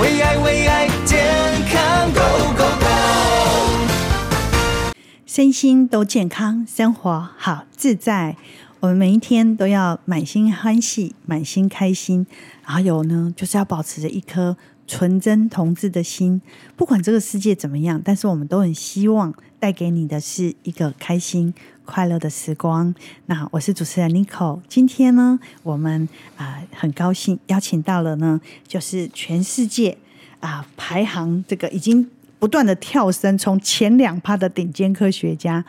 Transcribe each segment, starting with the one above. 为爱为爱健康 Go Go Go！身心都健康，生活好自在。我们每一天都要满心欢喜，满心开心。还有呢，就是要保持着一颗纯真童稚的心。不管这个世界怎么样，但是我们都很希望带给你的是一个开心、快乐的时光。那我是主持人 n i c o 今天呢，我们啊、很高兴邀请到了呢，就是全世界啊排行这个已经不断的跳升，从前两趴的顶尖科学家，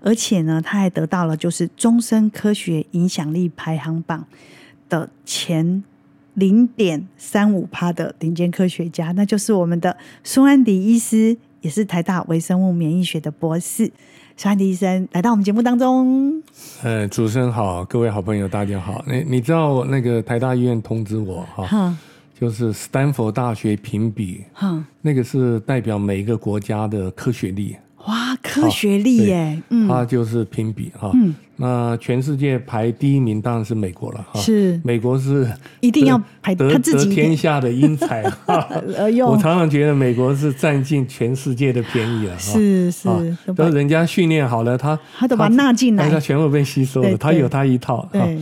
而且呢，他还得到了就是终身科学影响力排行榜的前零点三五趴的顶尖科学家，那就是我们的苏安迪医师，也是台大微生物免疫学的博士。苏安迪医生来到我们节目当中，呃，主持人好，各位好朋友大家好。你你知道那个台大医院通知我哈，哈就是斯坦福大学评比，哈，那个是代表每一个国家的科学力，哇，科学力耶，嗯，它就是评比哈。那全世界排第一名当然是美国了哈，是美国是一定要得排得他自己得一定天下的英才。哈 哎呦我常常觉得美国是占尽全世界的便宜了哈。是是啊，，都把都人家训练好了，他他都把它纳进来哎他全部被吸收对了，他对有他一套。啊对，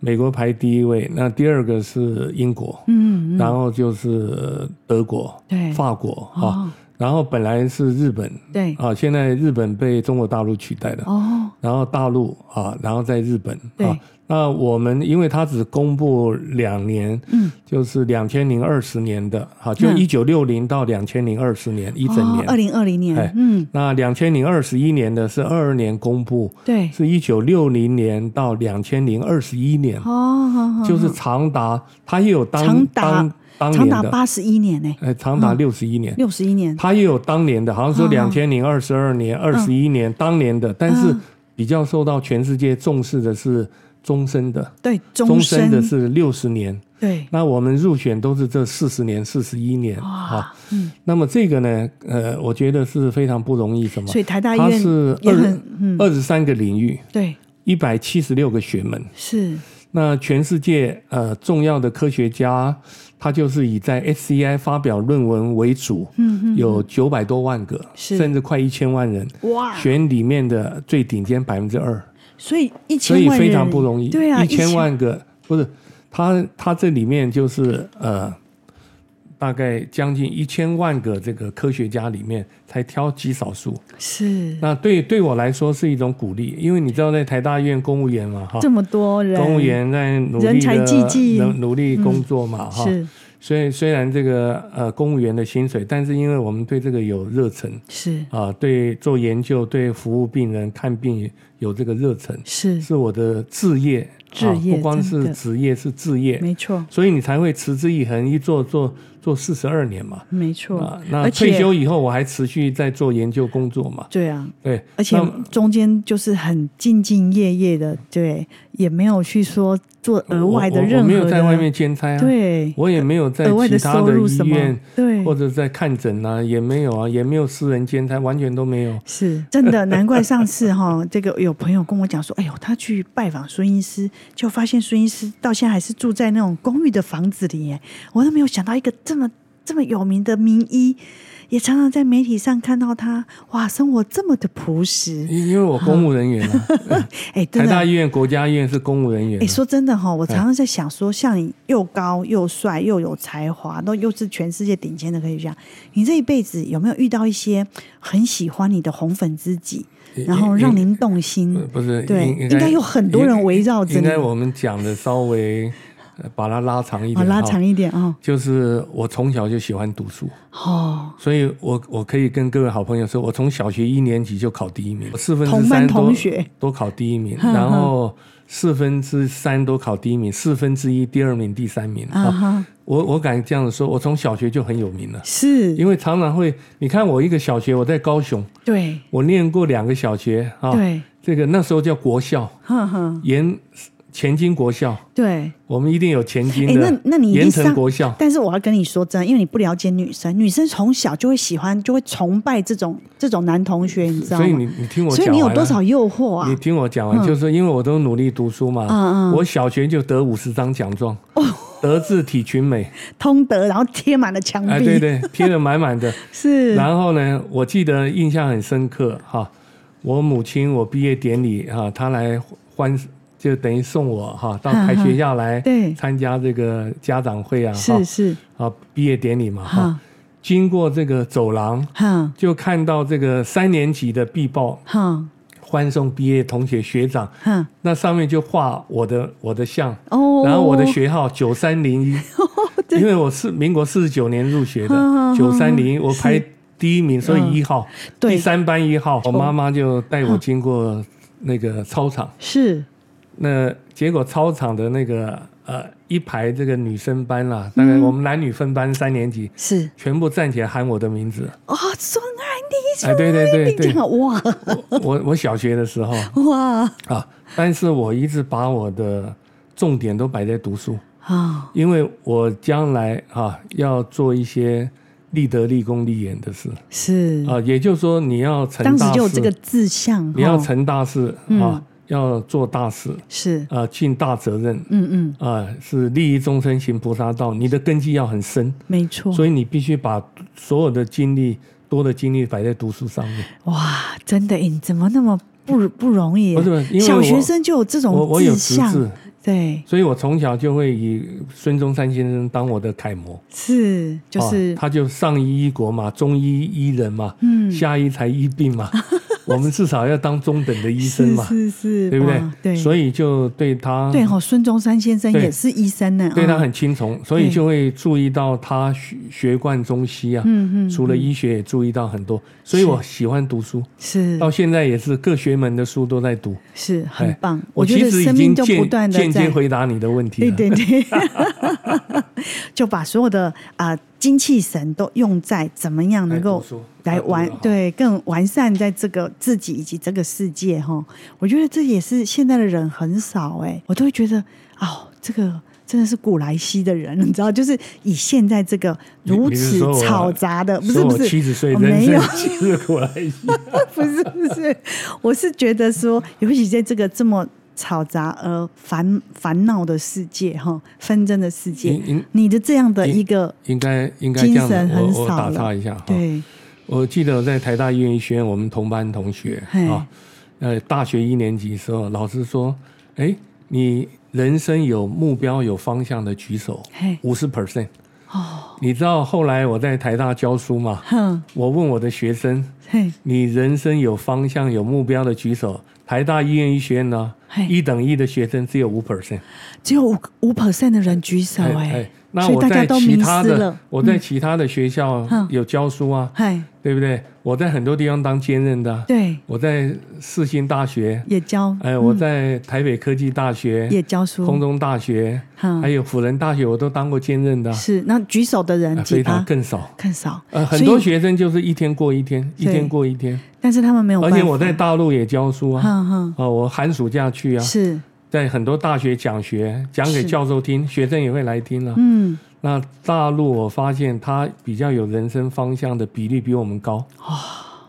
美国排第一位，那第二个是英国，嗯，然后就是德国，对法国哦啊，然后本来是日本，对啊，现在日本被中国大陆取代了，哦，然后大陆啊，然后在日本对啊。那我们因为它只公布两年，嗯，就是两千零二十年的，好，就嗯一九六零到两千零二十年一整年，哦二零二零年哎，嗯，那两千零二十一年的是二二年公布，对，是一九六零年到两千零二十一年，哦，好好就是长达它也有当长达当当长年达的，八嗯十一年呢，哎，长达六十一年，六十一年，它也有当年的，嗯好像说两千零二十二年、二十一年当年的，但是比较受到全世界重视的是终身的，对，终终身身的是六十年。对，那我们入选都是这四十年、四十一年哇嗯啊。，那么这个呢，呃，我觉得是非常不容易，什么？所以台大医它院是也二很嗯，二十三个领域，对，一百七十六个学门。是那全世界呃重要的科学家，他就是以在 SCI 发表论文为主，嗯嗯，有九百多万个，是甚至快一千万人，哇，选里面的最顶尖百分之二，所以一所千以万人非常不容易。对啊，一千万个不是他，他这里面就是呃。大概将近一千万个这个科学家里面，才挑极少数，是那对对我来说是一种鼓励，因为你知道在台大医院公务员嘛哈，这么多人，公务员在努力的人才济济嗯努努力工作嘛哈。是所以虽然这个呃公务员的薪水，但是因为我们对这个有热忱是啊，对做研究、对服务病人、看病有这个热忱，是，是我的置业，置啊业不光真是的职业，是置业，没错所以你才会持之以恒，一做做做四十二年嘛。没错啊，，那哦而退且休以后，我还持续在做研究工作嘛？对啊，对，而且那么中间就是很兢兢业业的，对，也没有去说做额外的我我任何的，我没有在外面兼差啊，，对我也没有在额外其的他收入医什么院，对，或者在看诊啊，也没有啊，也没有私人兼差，完全都没有。是真 的，难怪上次哈、这个有朋友跟我讲说，哎呦，他去拜访孙医师，就发现孙医师到现在还是住在那种公寓的房子里耶，我都没有想到一个这么这么有名的名医，也常常在媒体上看到他，哇，生活这么的朴实，因因为我公务人员啊，哎， 真的台大。医院、国家医院是公务人员啊哎，。说真的哈、我常常在想说，像你又高又帅又有才华，都又是全世界顶尖的科学家，你这一辈子有没有遇到一些很喜欢你的红粉知己，然后让您动心？不不是，对应应该有很多人围绕着你应该我们讲的稍微呃把它拉长一哦，点，拉长哈。一点哦，就是我从小就喜欢读书，哦，所以我我可以跟各位好朋友说，我从小学一年级就考第一名，我四分之同班三都同学都考第一名，然后四分之三都考第一名，四分之一第二名、第三名。啊哈，我我敢这样子说，我从小学就很有名了，是，因为常常会，你看我一个小学，我在高雄，对，我念过两个小学啊，对，这个那时候叫国校，哈哈，盐前金国校，对。我们一定有前金哎，的，那那你一盐城上国校，但是我要跟你说真的，因为你不了解女生，女生从小就会喜欢，就会崇拜这种这种男同学，你知道吗？所以你你听我所讲以完你有了多少诱惑啊你？听我讲完，就是因为我都努力读书嘛，嗯嗯哦我小学就得五十张奖状，德智体群美，通德，然后贴满了墙壁，哎，对对，贴的满满的。嗯 是，然后呢，我记得印象很深刻哈，我母亲我毕业典礼哈，她来欢就等于送我哈到哈哈开学校来对参加这个家长会啊哈是是，啊毕业典礼嘛哈哈，经过这个走廊哈就看到这个三年级的必报哈欢送毕业同学学长，哈，那上面就画我的我的像，哦，然后我 的学号九三零一，因为我是民国四十九年入学的，嗯嗯嗯九三零一我排第一名，所以一号，对哦第三班一号。我妈妈就带我经过那个操场，是那结果操场的那个呃一排这个女生班啦，大概我们男女分班三年级，是全部站起来喊我的名字。啊，孙爱你，哎，对对对这对，样哇我 我小学的时候哇啊，但是我一直把我的重点都摆在读书。啊，因为我将来啊要做一些立德、立功、立言的事是，啊，也就是说你要成当时大就有事，这个志向，你要哦成大事啊嗯，要做大事是，啊，尽大责任嗯嗯，啊，是利益众生、行菩萨道，你的根基要很深，没错，所以你必须把所有的精力。多的精力摆在读书上面，哇，真的，哎你怎么那么不不容易不是不哦是因为？小我学生就有这我种我有志资向质，对，所以我从小就会以孙中山先生当我的楷模。是就啊是他就上医医国嘛，中医医人嘛，嗯下医才医 病嘛，我们至少要当中等的医生是嘛，是是，对不对哇？对，所以就对他对哈，孙中山先生对也是医生呢，对他哦很轻从，所以对就会注意到他学学贯中西啊，嗯嗯除了医学也注意到很多，所以我喜欢读书，是到现在也是各学门的书都在读，是很哦哎棒，我觉其得实已生经命就不间断的间接在。回答你的问题对了，对对， 就把所有的啊、精气神都用在怎么样能来够读书来完来读得好对更完善在这个自己以及这个世界哈。我觉得这也是现在的人很少哎、我都会觉得哦，这个真的是古来稀的人， 你知道，就是以现在这个你如你是此说我嘈杂的，不是说不我是七十岁我人没生 有。七十古来稀，不是不是， 我是觉得说，尤其在这个这么嘈杂而烦烦恼的世界哈，纷争的世界应应，你的这样的应一个应该应该这精样子神，很我我少打了。岔一下哈。对，我记得我在台大医院学院，我们同班同学嘿啊，呃，大学一年级的时候，老师说：“哎，你人生有目标、有方向的举手嘿，五十 percent。”哦，你知道后来我在台大教书嘛？哼，我问我的学生嘿，：“你人生有方向、有目标的举手。”台大医院医学院呢嘿，一等一的学生只有五 percent。只有五五 percent 的人举手哎哎哎，那所以我大家在都其迷他失的了，。我在其他的学校嗯有教书啊，嗨，对不对？我在很多地方当兼任的啊，对，我在世新大学，也教哎，我在台北科技大学、也教书，空中大学，嗯还有辅仁大学，我都当过兼任的啊，是那举手的人啊几非趴常更少。更少，呃，很多所以学生就是一天过一天，一对天过一天，但是他们没有办而法。且我在大陆也教书啊，哼哼，哦，我寒暑假去啊，是在很多大学讲学，讲给是教授听，学生也会来听啊。嗯那大陆我发现他比较有人生方向的比例比我们高，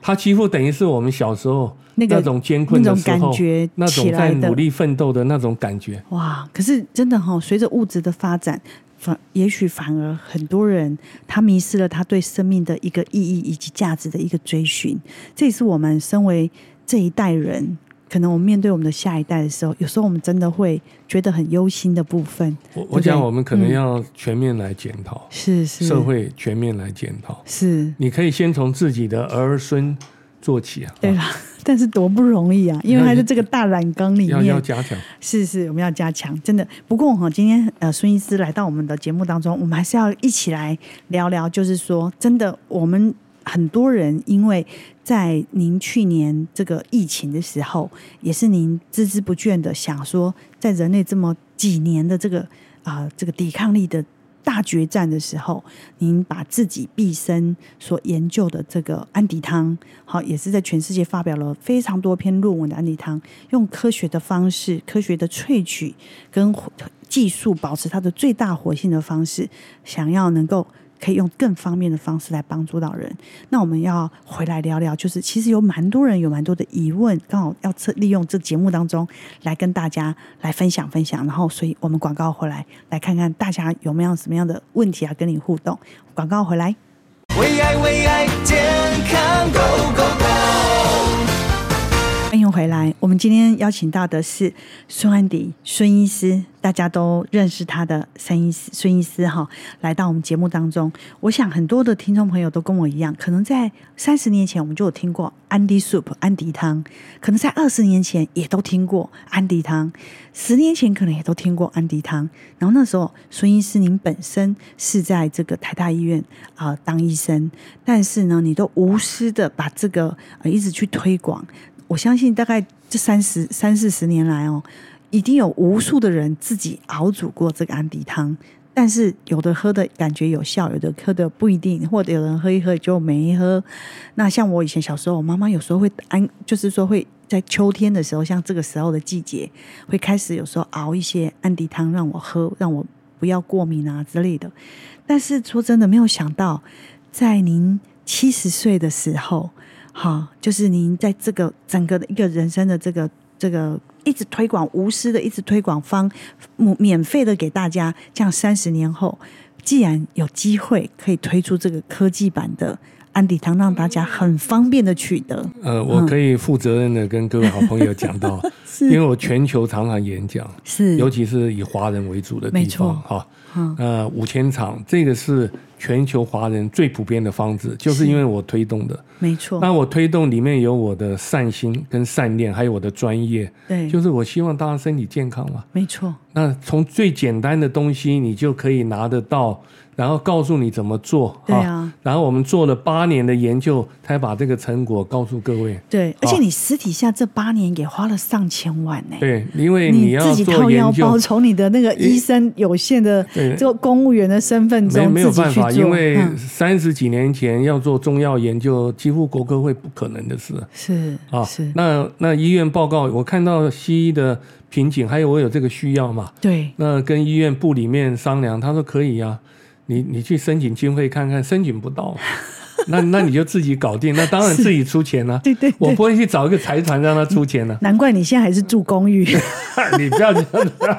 他几乎等于是我们小时候哦那个种艰困的时候那种感觉那种起来在的努力奋斗的那种感觉。哇，可是真的哈、随着物质的发展，反也许反而很多人他迷失了他对生命的一个意义以及价值的一个追寻。这也是我们身为这一代人，可能我们面对我们的下一代的时候，有时候我们真的会觉得很忧心的部分。我对我不对嗯想我们可能要全面来检讨，是是社会全面来检讨。是，你可以先从自己的儿孙做起啊，对吧？ 但是多不容易啊，因为还在这个大染缸里要要面。加强。是是，我们要加强，真的。不过哈，今天呃，孙医师来到我们的节目当中，我们还是要一起来聊聊，就是说，真的，我们很多人因为在您去年这个疫情的时候，也是您孜孜不倦的想说，在人类这么几年的这个啊、这个抵抗力的大决战的时候，您把自己毕生所研究的这个安迪汤，好，也是在全世界发表了非常多篇论文的安迪汤，用科学的方式、科学的萃取跟技术保持它的最大活性的方式，想要能够可以用更方便的方式来帮助到人。那我们要回来聊聊，就是其实有蛮多人有蛮多的疑问，刚好要趁利用这节目当中来跟大家来分享分享。然后，所以我们广告回来，来看看大家有没有什么样的问题要跟你互动。广告回来。为爱为爱健康 Go Go Go，欢迎回来。我们今天邀请到的是孙安迪孙医师，大家都认识他的孙医师孙医师哈，来到我们节目当中。我想很多的听众朋友都跟我一样，可能在三十年前我们就有听过安迪 soup 安迪汤，可能在二十年前也都听过安迪汤，十年前可能也都听过安迪汤。然后那时候孙医师您本身是在这个台大医院啊、呃当医生，但是呢，你都无私的把这个呃一直去推广。我相信大概这三十三四十年来哦，一定有无数的人自己熬煮过这个安迪汤，但是有的喝的感觉有效，有的喝的不一定，或者有人喝一喝就没喝。那像我以前小时候，我妈妈有时候会安，就是说会在秋天的时候，像这个时候的季节，会开始有时候熬一些安迪汤让我喝，让我不要过敏啊之类的。但是说真的，没有想到，在您七十岁的时候，好，就是您在这个整个的一个人生的这个这个一直推广无私的，一直推广方免免费的给大家，这样三十年后，既然有机会可以推出这个科技版的安迪糖，让大家很方便的取得，呃，我可以负责任的跟各位好朋友讲到，嗯 是因为我全球常常演讲，是尤其是以华人为主的地没错方，哈嗯，呃，五千场，这个是全球华人最普遍的方式，就是因为我推动的。没错，那我推动里面有我的善心跟善念，还有我的专业，对，就是我希望大家身体健康嘛。没错，那从最简单的东西，你就可以拿得到，然后告诉你怎么做。对啊然后我们做了八年的研究，才把这个成果告诉各位。对，而且好你私底下这八年也花了上千万呢、对，因为你要自己做掏腰研究包，，从你的那个医生有限的对这个公务员的身份没中，没有自己办去法，做因为嗯三十几年前要做中药研究，几乎国科会不可能的事是啊。是，那那医院报告，我看到西医的瓶颈，还有我有这个需要嘛，对那跟医院部里面商量，他说可以呀、啊你你去申请经费看看，申请不 到，那那你就自己搞定，那当然自己出钱啦、啊对对对我不会去找一个财团让他 出钱了、啊难怪你现在还是住公寓，你不要这样子啊，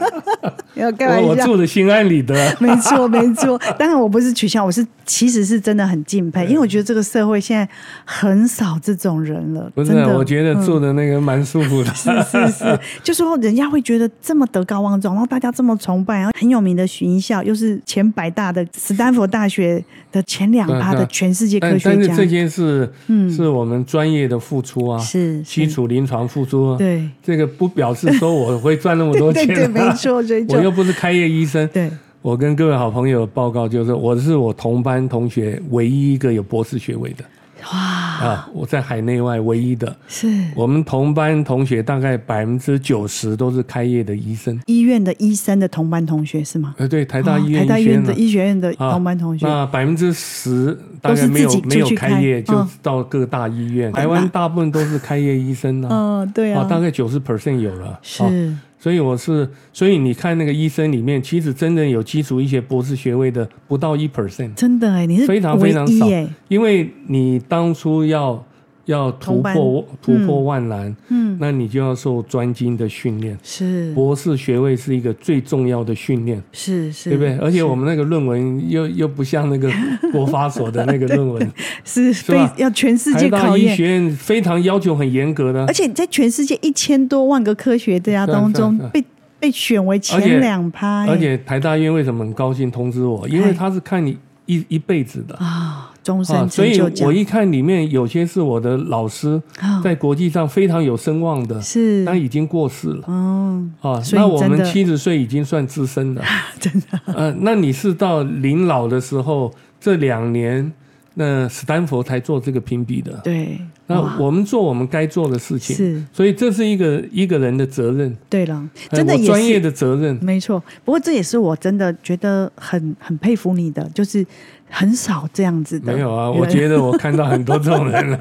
要开玩我我笑。住的心安理得啊。 没错，没错。当然，我不是取笑，我是其实是真的很敬佩，因为我觉得这个社会现在很少这种人了。不是真啊，的我觉得嗯住的那个蛮舒服的。是是 是，就说人家会觉得这么德高望重，然后大家这么崇拜，然后很有名的徐一笑，又是前百大的斯坦福大学的前两对啊趴对啊的全世界科但学但是家，这些是，嗯是我们专业的付出啊，是基，础临床付出、是，啊。对这个不表示说我会赚那么 多对钱、啊，对，没 错，所以我又就不是开业医生。对我跟各位好朋友报告，就是我是我同班同学唯一一个有博士学位的哇，啊，我在海内外唯一的。是我们同班同学大概百分之九十都是开业的医生，医院的医生的同班同学是吗？呃，对，台大医哦院、台大医院的医医学院的啊同班同学，那百分之十大都是概没有自己没有出去开开业，就嗯到各大医院。大台湾大部分都是开业医生啊，嗯，对啊啊，，大概九十 percent 有了。啊是所以我是，所以你看那个医生里面，其实真正有基础医学博士学位的不到一 percent。真的哎，你是非常非常唯一少哎，因为你当初要要突同班破突破万难，嗯，那你就要受专精的训练。是博士学位是一个最重要的训练，是是，对不对？而且我们那个论文又又不 像那个国发所的那个论文，是非吧要全世台界大考医验。学院非常要求很严格的而，且在全世界一千多万个科学家当中是啊是啊被被选为而且前两趴耶，而且台大医院为什么很高兴通知我？哎因为他是看你一一辈子的。啊，终啊，身所成以就奖我一看里面有些是我的老师，啊在国际上非常有声望的，是但已经过世了。哦，啊，所以那我真们的啊七十岁已经算资深了，真的。呃，那你是到临老的时候，这两年，那史丹佛才做这个评比的。对，哇那我们做我们该做的事情，是所以这是一个一个人的责任，对了，呃真的我也专业是。嗯的责任。没错，不过这也是我真的觉得很很佩服你的，就是很少这样子的。没有啊，我觉得我看到很多这种人了、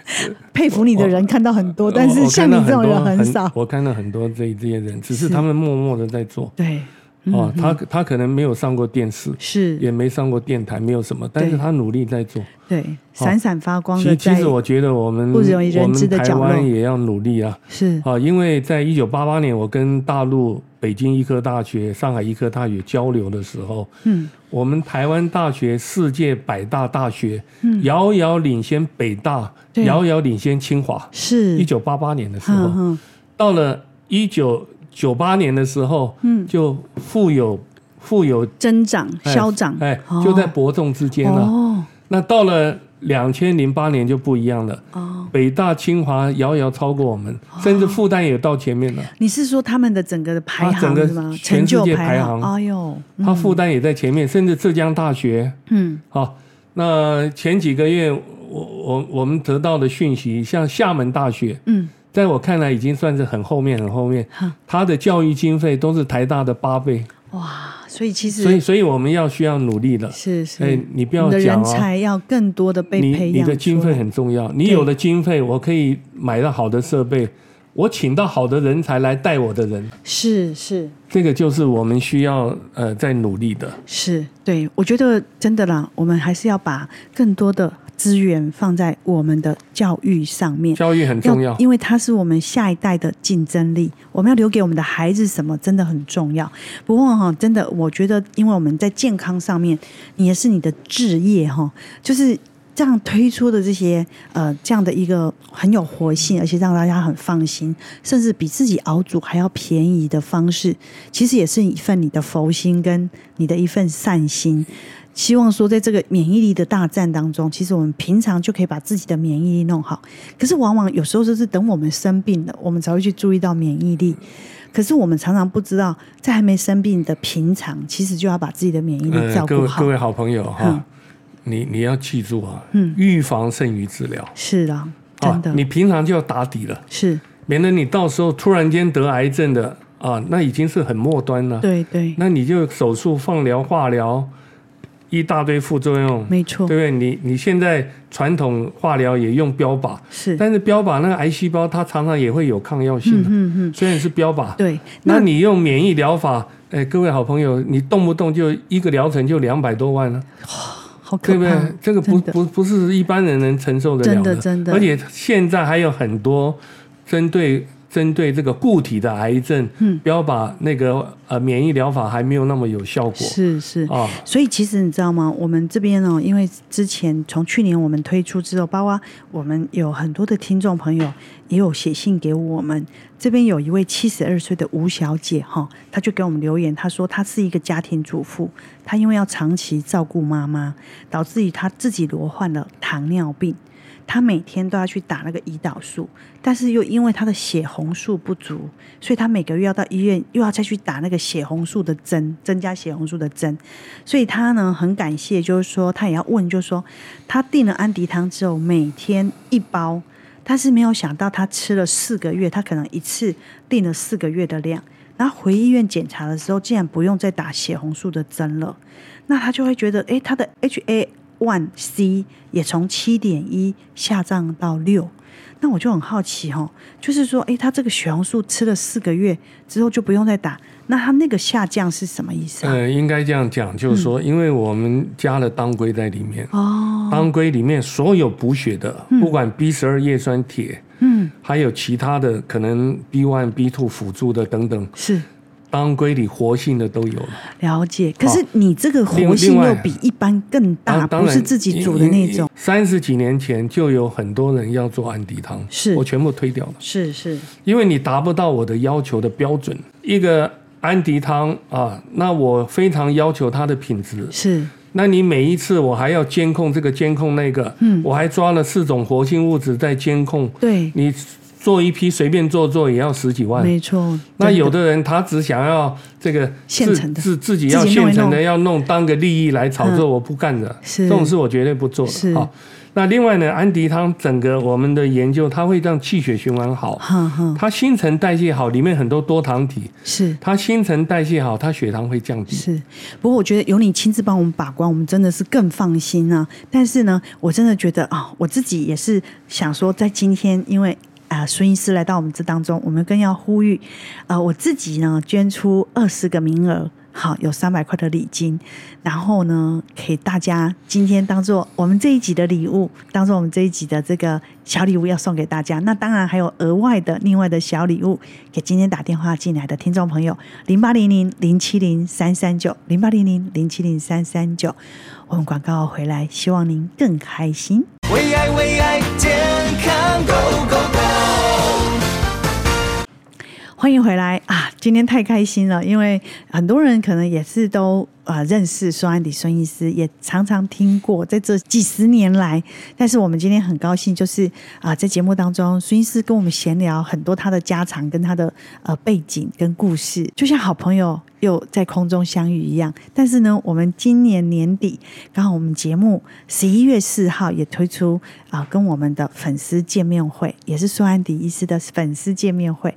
佩服你的人看到很哦多，但哦我是我像看你到这种多人很少。我看到很多这这些人，只是是他们默默的在做。对，哦，他他可能没有上过电视，也是，没上过电台，没有什么，但是对他努力在做。对，闪闪发光其的其在实，我觉得我们不容易我认知们的台角落湾也要努力啊是啊！因为在一九八八年，我跟大陆北京医科大学、上海医科大学交流的时候，嗯，我们台湾大学世界百大大学，遥遥领先北大，嗯对遥遥领先清华。是一，九哦八八年的时嗯候，哼，到了一九九八年的时候，嗯，就富有富有增长、哎消长，哎哦，就在啊伯仲之间了。哦那到了两千零八年就不一样了，哦，北大、清华遥遥超过我们，甚至复旦也到前面了。你是说他们的整个的排啊整行个是吗？全成就世界排行，行哎呦，它复旦也在前面，甚至浙江大学。嗯，好、那前几个月我我我们得到的讯息，像厦门大学，嗯，在我看来已经算是很后面很后面哈，它的教育经费都是台大的八倍，哇，所以其实所以所以我们要需要努力了。是是，哎，你不我要们的讲人哦。才要更多的被你培你养出来，的经费很重要，你有了经费，我可以买到好的设备，我请到好的人才来带我的人，是是。这个就是我们需要呃在努力的。是对，我觉得真的啦，我们还是要把更多的资源放在我们的教育上面，教育很重要，因为它是我们下一代的竞争力。我们要留给我们的孩子什么，真的很重要。不过哈、真的，我觉得，因为我们在健康上面，你也是你的置业哈、就是。这样推出的这些呃，这样的一个很有活性，而且让大家很放心，甚至比自己熬煮还要便宜的方式，其实也是一份你的佛心跟你的一份善心。希望说，在这个免疫力的大战当中，其实我们平常就可以把自己的免疫力弄好。可是往往有时候就是等我们生病了，我们才会去注意到免疫力。可是我们常常不知道，在还没生病的平常，其实就要把自己的免疫力照呃，各顾位好。各位好朋友哈、嗯你你要记住啊，嗯预防胜于治疗是啦，真的、啊，你平常就要打底了，是，免得你到时候突然间得癌症的啊，那已经是很末端了，对对，啊那你就手术、放疗、化疗，一大堆副作用，没错，对不对？你你现在传统化疗也用标靶，是，但是标靶那个癌细胞它常常也会有抗药性的，啊嗯嗯，虽然是标靶。对，那那你用免疫疗法，哎，各位好朋友，你动不动就一个疗程就两百多万了、好可对不对怕，？这个不真的不不是一般人能承受得了真的真的而且现在还有很多针对针对这个固体的癌症，嗯标靶那个呃免疫疗法还没有那么有效果是是，啊。所以其实你知道吗？我们这边哦，因为之前从去年我们推出之后，包括我们有很多的听众朋友也有写信给我们。这边有一位七十二岁的吴小姐哈，她就给我们留言，她说她是一个家庭主妇，她因为要长期照顾妈妈，导致于她自己罹患了糖尿病。她每天都要去打那个胰岛素，但是又因为她的血红素不足，所以她每个月要到医院又要再去打那个血红素的针，增加血红素的针。所以她呢很感谢，就是说她也要问，就是说她订了安迪汤之后，每天一包，但是没有想到她吃了四个月，她可能一次订了四个月的量。然后回医院检查的时候，竟然不用再打血红素的针了，那她就会觉得，诶，她的 HA one C 也从七点一下降到六。那我就很好奇哦，就是说，诶，她这个血红素吃了四个月之后就不用再打，那她那个下降是什么意思啊？呃，应该这样讲，就是说，因为我们加了当归在里面，嗯哦，当归里面所有补血的，不管 B 十二叶酸、铁，嗯，还有其他的可能 B one、B two 辅助的等等，是当归里活性的都有了。了解。可是你这个活性哦另又外比一般更大，当当不然是自己煮的那种。。三十几年前就有很多人要做安迪汤，是我全部推掉了，是是，因为你达不到我的要求的标准。一个安迪汤啊，那我非常要求它的品质，是那你每一次我还要监控这个监控那个，嗯，我还抓了四种活性物质在监控，对，你做一批随便做做也要十几万。没错。那真有的人他只想要这个现自成的自自己要自己弄现一成弄嗯的要弄当个利益来炒作，我不干的，是这种事我绝对不做是的啊。那另外呢，安迪汤整个我们的研究，它会让气血循环好，哈哈，它新陈代谢好，里面很多多糖体，是它新陈代谢好，它血糖会降低。是。不过我觉得有你亲自帮我们把关，我们真的是更放心啊。但是呢，我真的觉得啊、我自己也是想说，在今天因为。啊、孙医师来到我们这当中，我们更要呼吁，啊，我自己呢捐出二十个名额好，有三百块的礼金，然后呢，给大家今天当做我们这一集的礼物，当做我们这一集的这个小礼物要送给大家。那当然还有额外的另外的小礼物给今天打电话进来的听众朋友，零八零零零七零三三九，零八零零零七零三三九。我们广告回来，希望您更开心。为爱为爱健康 Go Go Go，欢迎回来啊！今天太开心了，因为很多人可能也是都呃认识孙安迪孙医师，也常常听过，在这几十年来，但是我们今天很高兴，就是啊、在节目当中，孙医师跟我们闲聊很多他的家常跟他的呃背景跟故事，就像好朋友又在空中相遇一样。但是呢，我们今年年底，刚好我们节目十一月四号也推出啊、跟我们的粉丝见面会，也是孙安迪医师的粉丝见面会，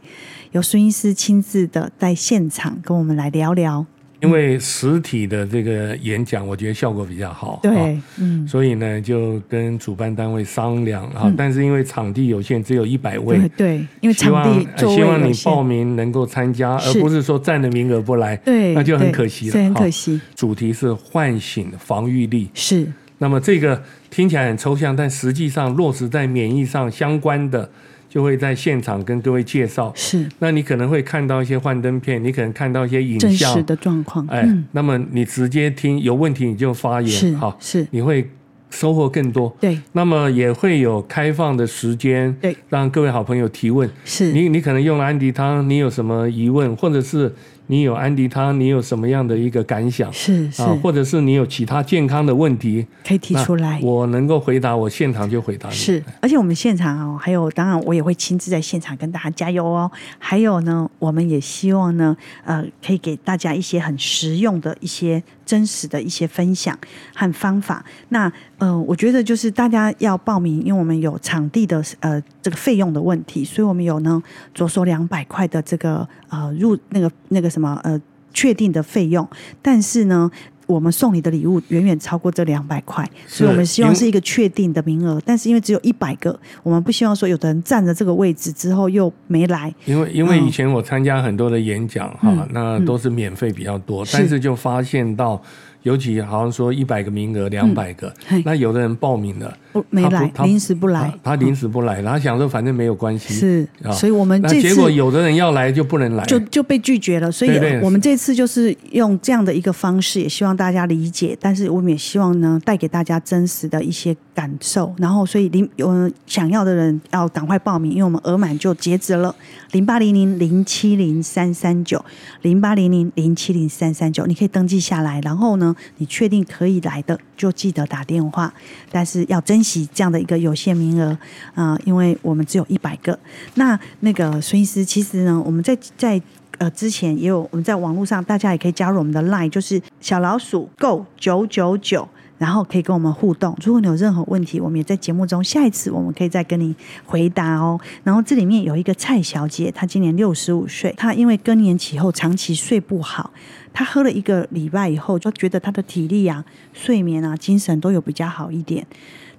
由孙医师亲自的在现场跟我们来聊聊。因为实体的这个演讲，我觉得效果比较好。对啊，嗯，所以呢，就跟主办单位商量啊，但是因为场地有限，只有一百位对，对，因为希场望地呃座位希望有你报限，名能够参加，而是不是说占了名额不来，对，那就很对可惜了，是很可哈惜，主题是唤醒防御力，是那么这个听起来很抽象，但实际上落实在免疫上相关的，就会在现场跟各位介绍。是那你可能会看到一些幻灯片，你可能看到一些影真像实，的状况，哎，嗯，那么你直接听，有问题你就发是言，好，是，你会收获更多。对那么也会有开放的时间，对，让各位好朋友提问。是，你你可能用了安迪汤，你有什么疑问，或者是你有安迪汤，你有什么样的一个感想是是，啊？或者是你有其他健康的问题，可以提出来那。我能够回答，我现场就回答你。是，而且我们现场哦，还有当然我也会亲自在现场跟大家加油哦。还有呢，我们也希望呢，呃，可以给大家一些很实用的一些真实的一些分享和方法。那呃，我觉得就是大家要报名，因为我们有场地的呃这个费用的问题，所以我们有呢着手两百块的这个呃入那个那个什么呃确定的费用，但是呢。我们送你的礼物远远超过这两百块，所以我们希望因为是一个确定的名额，但是因为只有一百个，我们不希望说有的人占着这个位置之后又没来。因为因为嗯以前我参加很多的演讲哈、嗯那都是免费比较多，是但是就发现到，尤其好像说一百个名额，两百个、嗯嘿那有的人报名了，不没他来他临时不来他他临时不来，他想说反正没有关系，是啊所以我们那这结次果有的人要来就不能来，就就被拒绝了，所以对对我们这次就是用这样的一个方式，也希望大家理解，但是我们也希望呢带给大家真实的一些感受。然后，所以零嗯想要的人要赶快报名，因为我们额满就截止了，零八零零零七零三三九零八零零零七零三三九，你可以登记下来，然后呢，你确定可以来的就记得打电话，但是要珍惜这样的一个有限名额啊、呃因为我们只有一百个。那那个孙医师，其实呢，我们在在呃之前也有我们在网络上，大家也可以加入我们的 LINE，就是小老鼠 Go 九九九。然后可以跟我们互动，如果你有任何问题，我们也在节目中下一次我们可以再跟你回答哦。然后这里面有一个蔡小姐，她今年六十五岁，她因为更年期后长期睡不好，她喝了一个礼拜以后，就觉得她的体力啊、睡眠啊、精神都有比较好一点。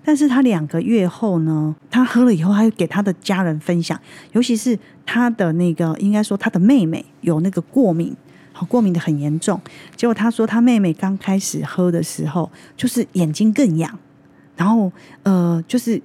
但是他两个月后呢，他喝了以后，他又给他的家人分享，尤其是他的那个，应该说他的妹妹有那个过敏，好过敏的很严重。结果他说他妹妹刚开始喝的时候，就是眼睛更痒，然后呃，就是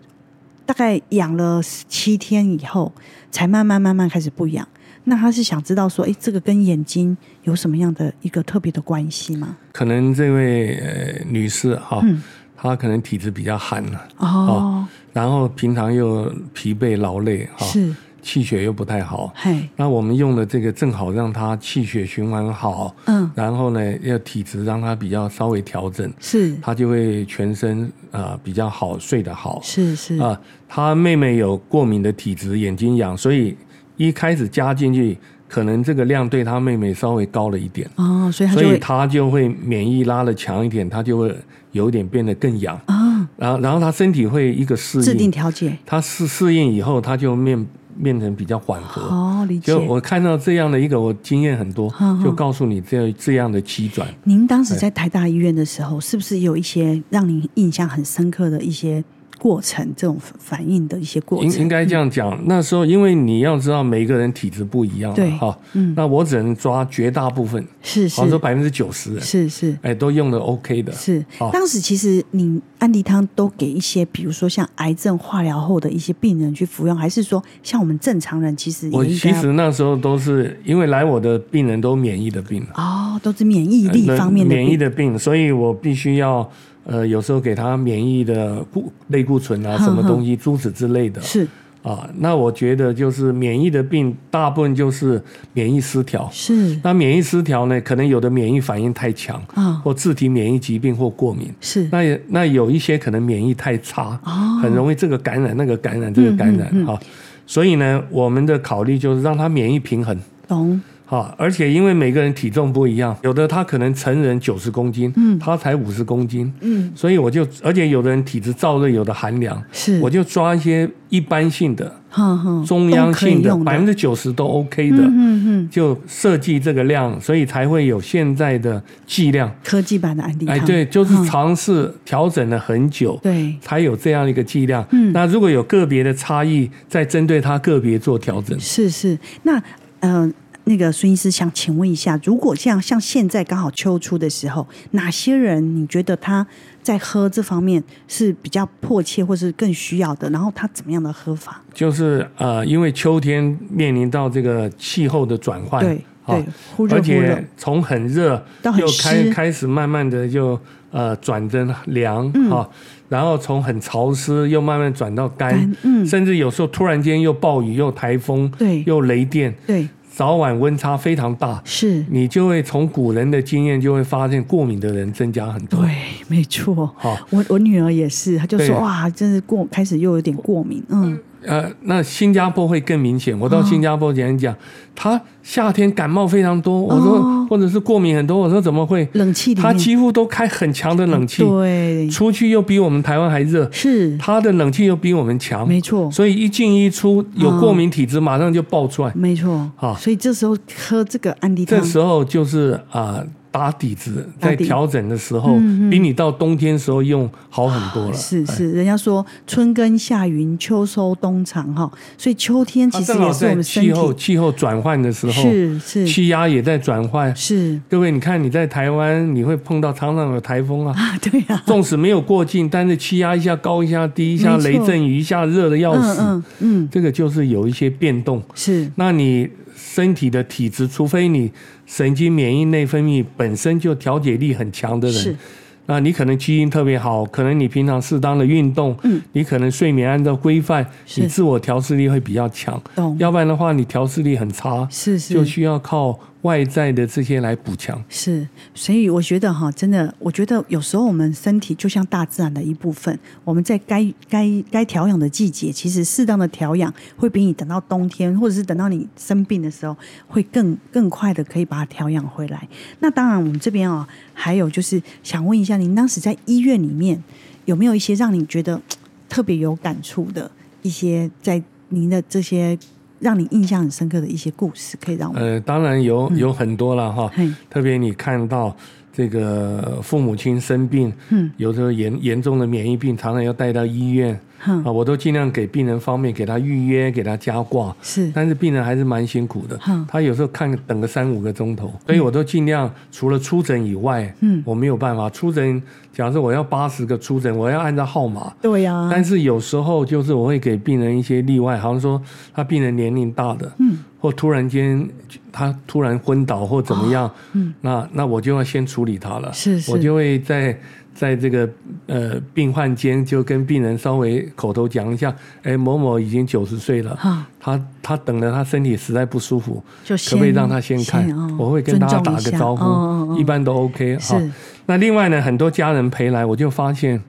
大概养了七天以后，才慢慢慢慢开始不痒。那他是想知道说，诶，这个跟眼睛有什么样的一个特别的关系吗？可能这位呃女士哈、嗯她可能体质比较寒了、哦，然后平常又疲惫劳累哈、是，气血又不太好，嘿，那我们用的这个正好让她气血循环好，嗯，然后呢，要体质让它比较稍微调整，是，它就会全身啊、呃比较好，睡得好。是是啊、他妹妹有过敏的体质，眼睛痒，所以一开始加进去，可能这个量对他妹妹稍微高了一点，哦，所以他就所以会她就会免疫拉的强一点，她就会有点变得更痒。啊然后，然后她身体会一个适制定应，调节。她适适应以后，她就面变成比较缓和。哦，理解呃就。我看到这样的一个，我经验很多嗯，嗯就告诉你这这样的七转。哎您当时在台大医院的时候，是不是有一些让您印象很深刻的一些过程，这种反应的一些过应程。应该这样讲，那时候因为你要知道每个人体质不一样嗯嘛对哈，那我只能抓绝大部分，是是好说百分之九十，是是哎，都用的 OK 的，是好，当时其实你安迪汤都给一些，比如说像癌症化疗后的一些病人去服用，还是说像我们正常人其实也我应该其要实那时候都是因为来我的病人都免疫的病，哦，都是免疫力呃方面的免疫病的病，所以我必须要呃有时候给他免疫的固类固醇啊，哼什么哼东西珠子之类的是啊。那我觉得就是免疫的病，大部分就是免疫失调。是那免疫失调呢，可能有的免疫反应太强，啊或自体免疫疾病或过敏。是那也那有一些可能免疫太差，哦嗯很容易这个感染那个感染这个感染哈、所以呢，我们的考虑就是让他免疫平衡。懂好，而且因为每个人体重不一样，有的他可能成人九十公斤，嗯，他才五十公斤，嗯，所以我就，而且有的人体质燥热，有的寒凉，是我就抓一些一般性的、哼哼中央性都的可以，用百分之九十都 OK 的，嗯嗯嗯，就设计这个量，所以才会有现在的剂量。科技版的安迪汤，哎，对，就是嗯尝试调整了很久，对才有这样一个剂量。嗯那如果有个别的差异，再针对它个别做调整。是是，那呃，那个孙医师想请问一下，如果这样，像现在刚好秋初的时候，哪些人你觉得他在喝这方面是比较迫切或是更需要的？然后他怎么样的喝法？就是呃，因为秋天面临到这个气候的转换，对啊对，忽热而忽热且，从很热到很又开湿开始慢慢的就呃转成凉啊、嗯然后从很潮湿又慢慢转到干，干嗯甚至有时候突然间又暴雨又台风，对又雷电，对，早晚温差非常大，是，你就会从古人的经验就会发现过敏的人增加很多。对，没错。好、我我女儿也是，她就对说哇，真是过开始又有点过敏，嗯，呃，那新加坡会更明显。我到新加坡讲讲，他夏天感冒非常多，我说、哦或者是过敏很多，我说怎么会？冷气里他面几乎都开很强的冷气，对出去又比我们台湾还热，是他的冷气又比我们强，没错所以一进一出，有哦过敏体质马上就爆出来。没错好，所以这时候喝这个安迪汤这时候就是啊、打底子，打在底嗯调整的时候，比你到冬天时候用好很多了。啊是是，人家说春耕夏耘，秋收冬藏哈，所以秋天它其实啊正好也是我在们身气候体气候转换的时候，是是气压也在转换。是各位，你看你在台湾，你会碰到常常有台 风啊，啊，对呀、啊，纵使没有过境，但是气压一下高一下低，一下没错雷阵雨，一下热的要嗯死，嗯嗯，这个就是有一些变动。是那你身体的体质，除非你神经免疫内分泌本身就调节力很强的是人，那你可能基因特别好，可能你平常适当的运动，嗯，你可能睡眠按照规范，是你自我调试力会比较强，懂要不然的话，你调试力很差，是是就需要靠外在的这些来补强。是，所以我觉得哈，真的，我觉得有时候我们身体就像大自然的一部分，我们在该该该调养的季节，其实适当的调养会比你等到冬天，或者是等到你生病的时候，会更更快的可以把它调养回来。那当然，我们这边啊、还有就是想问一下，您当时在医院里面有没有一些让你觉得特别有感触的一些，在您的这些让你印象很深刻的一些故事，可以让我们、呃，当然有有很多了哈，嗯嘿特别你看到这个父母亲生病，嗯有时候严严重的免疫病，常常要带到医院。哼啊，我都尽量给病人方面给他预约，给他加挂，是但是病人还是蛮辛苦的嗯，他有时候看等个三五个钟头，所以我都尽量除了出诊以外，嗯我没有办法出诊。假设我要八十个出诊，我要按照号码，对呀、啊但是有时候就是我会给病人一些例外，好像说他病人年龄大的，嗯，或突然间他突然昏倒或怎么样，嗯，那那我就要先处理他了，是是我就会在在这个呃病患间就跟病人稍微口头讲一下，哎，某某已经九十岁了，啊他他等了，他身体实在不舒服，就可先不可以让他先看？哦我会跟大家尊重打一个下招呼，哦哦哦一般都 OK 哈、是那另外呢，很多家人陪来，我就发现，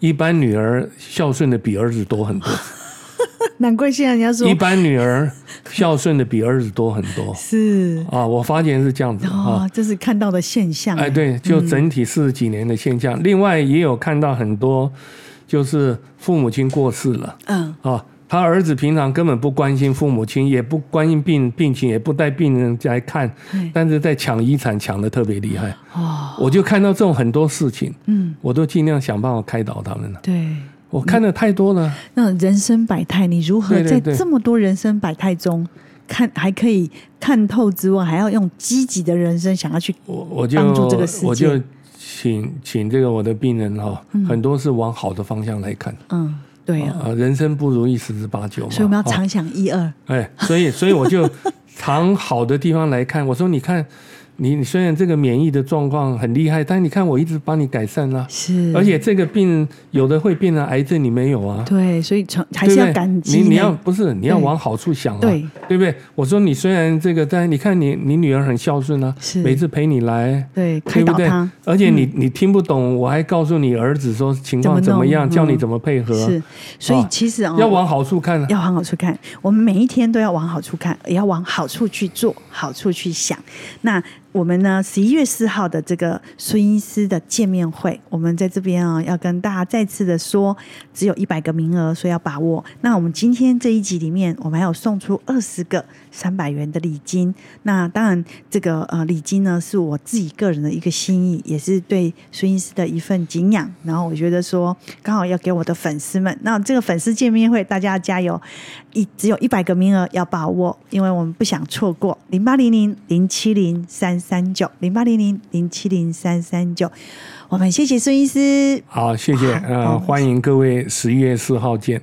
一般女儿孝顺的比儿子多很 多，难怪现在人家说一般女儿孝顺的比儿子多很多是啊！我发现是这样子啊哦，。啊这是看到的现象。哎，对，就整体四十几年的现嗯象。另外也有看到很多，就是父母亲过世了。嗯，啊，他儿子平常根本不关心父母亲，也不关心病病情，也不带病人来看对，但是在抢遗产抢的特别厉害。哦，我就看到这种很多事情，嗯，我都尽量想办法开导他们了。对，我看的太多了，那人生百态，你如何对对在对这么多人生百态中看还可以看透之外，还要用积极的人生想要去我我就帮助这个世界我就请请这个我的病人哈、很多是往好的方向来看，嗯，对啊，啊，人生不如意十之八九嘛，所以我们要哦常想一二，哎，所以所以我就常好的地方来看，我说你看，你你虽然这个免疫的状况很厉害，但你看我一直帮你改善啦、是，而且这个病有的会变成癌症，你没有啊。对，所以从还对是要不对？感激你你呢要不是你要对往好处想啊，对不对？我说你虽然这个，但你看你你女儿很孝顺啊是，每次陪你来，对对开不导对他？而且你你听不懂，我还告诉你儿子说情况怎怎么么弄样，教你嗯怎么配合啊，是，所以哦其实啊、要往好处看啊。要往好处看，我们每一天都要往好处看，也要往好处去做，好处去想。那我们呢，十一月四号的这个孙医师的见面会，我们在这边啊、要跟大家再次的说，只有一百个名额，所以要把握。那我们今天这一集里面，我们还有送出二十个三百元的礼金。那当然，这个呃礼金呢，是我自己个人的一个心意，也是对孙医师的一份敬仰。然后我觉得说，刚好要给我的粉丝们，那这个粉丝见面会，大家加油！一只有一百个名额要把握，因为我们不想错过零八零零零七零三三九零八零零零七零三三九。我们谢谢孙医师，好，谢谢，好好呃，欢迎各位十一月四号见。